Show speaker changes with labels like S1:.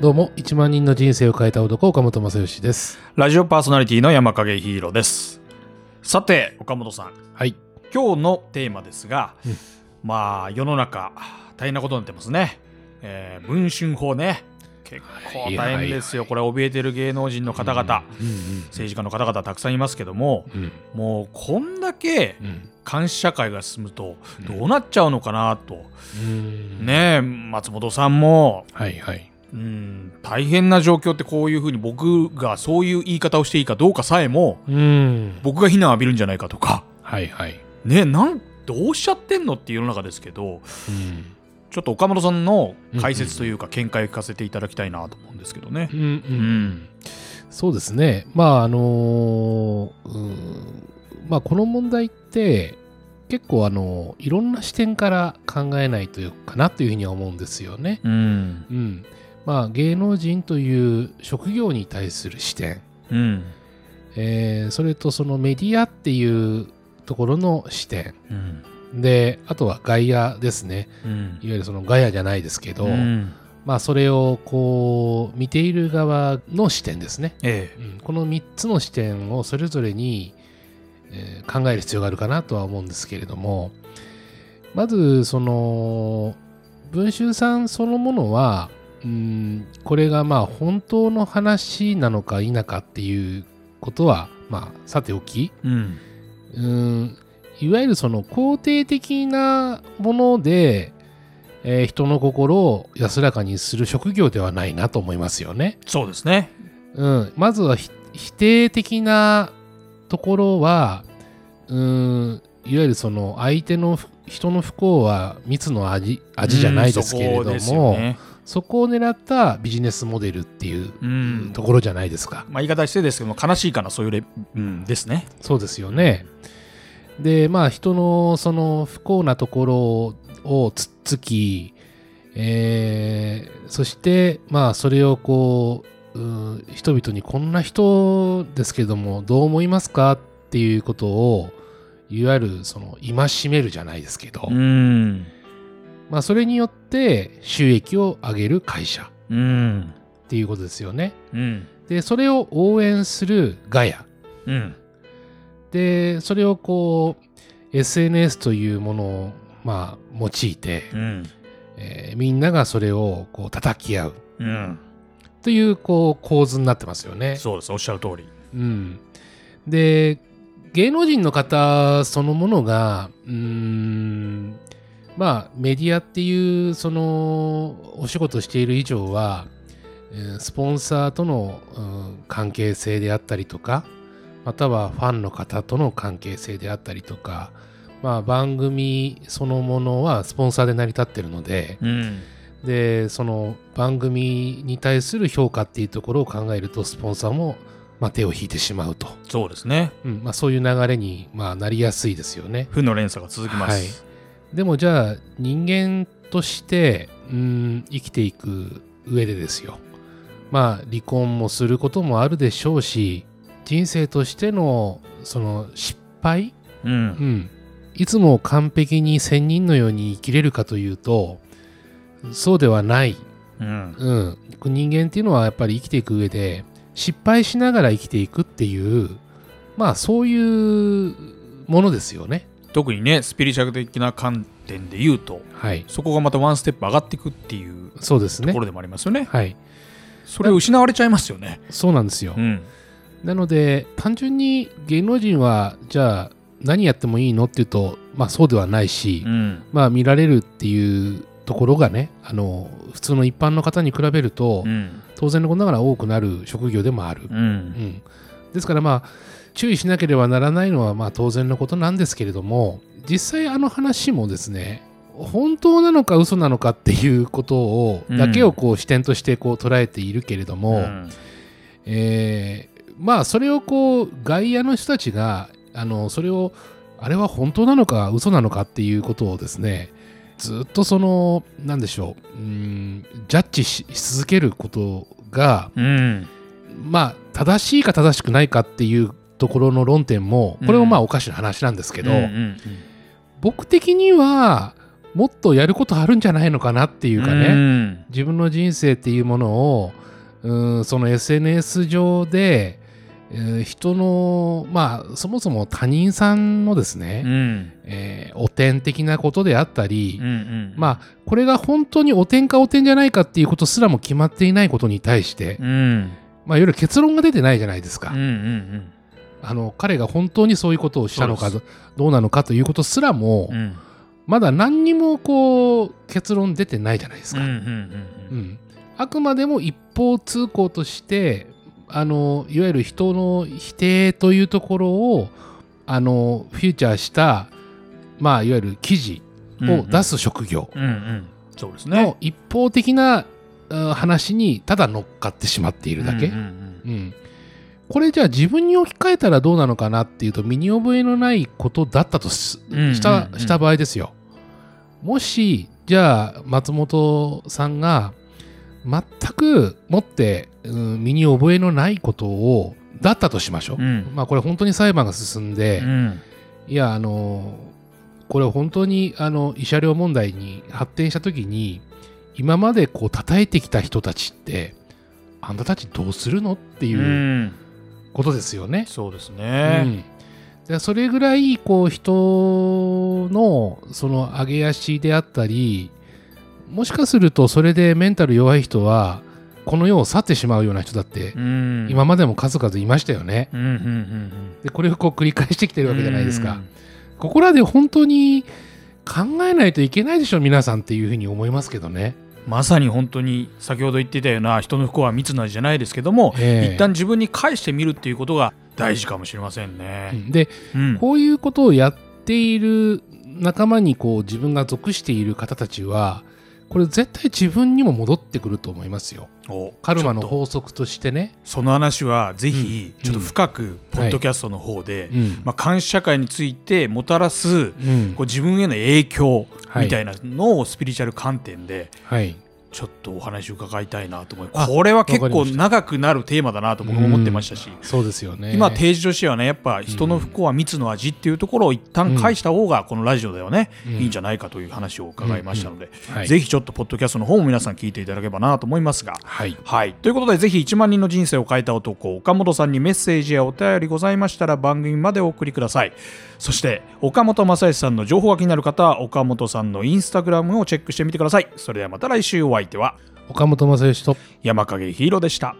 S1: どうも1万人の人生を変えた男岡本正義です
S2: ラジオパーソナリティの山影ヒーローです。さて、岡本さん、
S1: はい
S2: 今日のテーマですが、
S1: うん
S2: まあ、世の中、大変なことになってますね。えー文春法ね。結構大変ですよ。
S1: はい
S2: これ、怯えてる芸能人の方々、
S1: うん
S2: 政治家の方々たくさんいますけども、
S1: うん
S2: もう、こんだけ
S1: うん
S2: 監視社会が進むと、
S1: うん
S2: どうなっちゃうのかなと。
S1: うん
S2: ねえ、松本さんも、
S1: はいはい
S2: うん、大変な状況ってこういうふうに僕がそういう言い方をしていいかどうかさえも、
S1: うん
S2: 僕が非難を浴びるんじゃないかとか、
S1: はいはい
S2: ね、なんどうしちゃってんのっていう世の中ですけ
S1: う
S2: ど
S1: ん
S2: ちょっと岡本さんの解説というか見解を聞かせていただきたいなと思うんですけどね
S1: うん。
S2: う
S1: うん
S2: ん
S1: そうですねまああのーうんまあこの問題って結構あのいろんな視点から考えないというかなというふうには思うんですよね
S2: うん
S1: うんまあ芸能人という職業に対する視点
S2: うん
S1: えーそれとそのメディアっていうところの視点
S2: うん
S1: であとは外野ですね
S2: うん
S1: いわゆるそのガヤじゃないですけど、
S2: うん
S1: まあそれをこう見ている側の視点ですね、
S2: え
S1: うんこの3つの視点をそれぞれに、えー考える必要があるかなとは思うんですけれどもまずその文集さんそのものはうんこれがまあ本当の話なのか否かっていうことはまあさておき、
S2: えうん
S1: うーんいわゆるその肯定的なもので、えー人の心を安らかにする職業ではないなと思いますよね。
S2: そうですね。
S1: うん、まずはひ否定的なところはうーんいわゆるその相手の不人の不幸は蜜の味味じゃないですけれども、
S2: うんそ
S1: そ
S2: こ
S1: こ
S2: ですよね
S1: を狙ったビジネスモデルっていう
S2: うん
S1: ところじゃないですか。
S2: まあ言い方してですけども悲しいかなそういうレうんですね。
S1: そうですよね。でまあ人のその不幸なところをつっつき、えーそしてまあそれをこう、うん人々にこんな人ですけどもどう思いますかっていうことをいわゆるその戒めるじゃないですけど、
S2: うん
S1: まあそれによって収益を上げる会社っ
S2: うん
S1: ていうことですよね。
S2: うん
S1: でそれを応援するガヤ
S2: うん
S1: でそれをこう SNS というものをまあ用いて、
S2: うん
S1: えーみんながそれをこう叩き合う
S2: うん
S1: というこう構図になってますよね。
S2: そうですおっしゃる通り。
S1: うん、で芸能人の方そのものがうーんまあメディアっていうそのお仕事している以上はえースポンサーとの、うん関係性であったりとかまたはファンの方との関係性であったりとか、まあ、番組そのものはスポンサーで成り立ってるので
S2: うん
S1: でその番組に対する評価っていうところを考えるとスポンサーも、まあ、手を引いてしまうと、
S2: そうですね。
S1: うんまあ、そういう流れに、まあ、なりやすいですよね。
S2: 負の連鎖が続きます。
S1: でもじゃあ人間としてうん生きていく上でですよまあ離婚もすることもあるでしょうし人生としてのその失敗、
S2: う
S1: うんん、いつも完璧に仙人のように生きれるかというとそうではない、
S2: うん
S1: うん、人間っていうのはやっぱり生きていく上で失敗しながら生きていくっていうまあそういうものですよね。
S2: 特にねスピリチュアル的な観点で言うと
S1: はい、
S2: そこがまたワンステップ上がっていくっていう
S1: そうです
S2: と
S1: ね
S2: こ。ろでもありますよね
S1: はい、
S2: それを失われちゃいますよね
S1: そうなんですよ
S2: う。ん
S1: なので、単純に芸能人は、じゃあ、何やってもいいのっていうと、まあ、そうではないし、
S2: うん
S1: まあ、見られるっていうところがね、あの、普通の一般の方に比べると
S2: う、ん
S1: 当然のことながら多くなる職業でもある。う
S2: う
S1: んん。ですから、まあ、注意しなければならないのは、まあ、当然のことなんですけれども、実際あの話もですね、本当なのか嘘なのかっていうことを、だけをこう視点としてこう捉えているけれども、
S2: うん
S1: えーまあそれをこう外野の人たちがあのそれをあれは本当なのか嘘なのかっていうことをですねずっとそのなんでしょううーんジャッジしし続けることが
S2: うん
S1: まあ正しいか正しくないかっていうところの論点もこれもまあおかしな話なんですけど、
S2: うんうん
S1: 僕的にはもっとやることあるんじゃないのかなっていうかね、
S2: ね。
S1: 自分の人生っていうものをうんその SNS 上でえー人のまあそもそも他人さんのですね、
S2: うん。
S1: えー汚点的なことであったり、
S2: うんうん。
S1: まあこれが本当に汚点か汚点じゃないかっていうことすらも決まっていないことに対して、
S2: うん。うん
S1: まあいわゆる結論が出てないじゃないですか、
S2: うんうん
S1: あの彼が本当にそういうことをしたのか
S2: そう
S1: どどうなのかということすらも、
S2: うん。うん
S1: まだ何にもこう結論出てないじゃないです
S2: うんう
S1: か。
S2: んう。
S1: うんん、あくまでも一方通行としてあのいわゆる人の否定というところをあのフューチャーした、まあ、いわゆる記事を出す職業
S2: うんうん。そうですね。
S1: の一方的な、うん話にただ乗っかってしまっているだけ、
S2: うん
S1: う
S2: うんん
S1: これじゃあ自分に置き換えたらどうなのかなっていうと身に覚えのないことだったとし
S2: うんうんうん
S1: したした場合ですよ。もしじゃあ松本さんが全くもって、うん身に覚えのないことをだったとしましょう。
S2: うん
S1: まあこれ本当に裁判が進んで、
S2: うん
S1: いやあのこれ本当にあの慰謝料問題に発展した時に今までこう叩いてきた人たちってあんたたちどうするのって
S2: う。
S1: いうんことですよね。
S2: そうです
S1: う
S2: ね。
S1: んでそれぐらいこう人のその上げ足であったりもしかするとそれでメンタル弱い人はこの世を去ってしまうような人だって
S2: うん
S1: 今までも数々いましたよね。
S2: うんうんうんうん。
S1: でこれをこう繰り返してきてるわけじゃないですか。
S2: うん。
S1: ここらで本当に考えないといけないでしょ皆さんっていうふうに思いますけどね。
S2: まさに本当に先ほど言ってたような人の不幸は密なりじゃないですけども、
S1: ええ
S2: 一旦自分に返してみるっていうことが大事かもしれません
S1: う
S2: ね。
S1: んで
S2: うん
S1: こういうことをやっている仲間にこう自分が属している方たちはこれ絶対自分にも戻ってくると思いますよ。
S2: お
S1: カルマの
S2: ちょっと
S1: 法則としてね。
S2: その話はぜひ
S1: うん
S2: ちょっと深くポッドキャストの方で、
S1: うん
S2: まあ、監視社会についてもたらす
S1: うん
S2: こう自分への影響
S1: はい
S2: みたいなのをスピリチュアル観点で
S1: はい、
S2: ちょっとお話を伺いたいなと思い
S1: あ
S2: これは結
S1: わかり
S2: 構
S1: まし
S2: 長くなるテーマだなと僕も思ってましたし、
S1: そうですよね。
S2: 今提示としてはねやっぱ人の不幸は蜜の味っていうところを一旦返した方がこのラジオではね、
S1: うん
S2: いいんじゃないかという話を伺いましたので、
S1: はい
S2: ぜひちょっとポッドキャストの方も皆さん聞いていただければなと思いますが。
S1: はい、
S2: はい、ということでぜひ1万人の人生を変えた男岡本さんにメッセージやお便りございましたら番組までお送りくださいそして岡本正義さんの情報が気になる方は岡本さんのインスタグラムをチェックしてみてくださいそれではまた来週お相手は
S1: 岡本正義と
S2: 山影ヒーローでした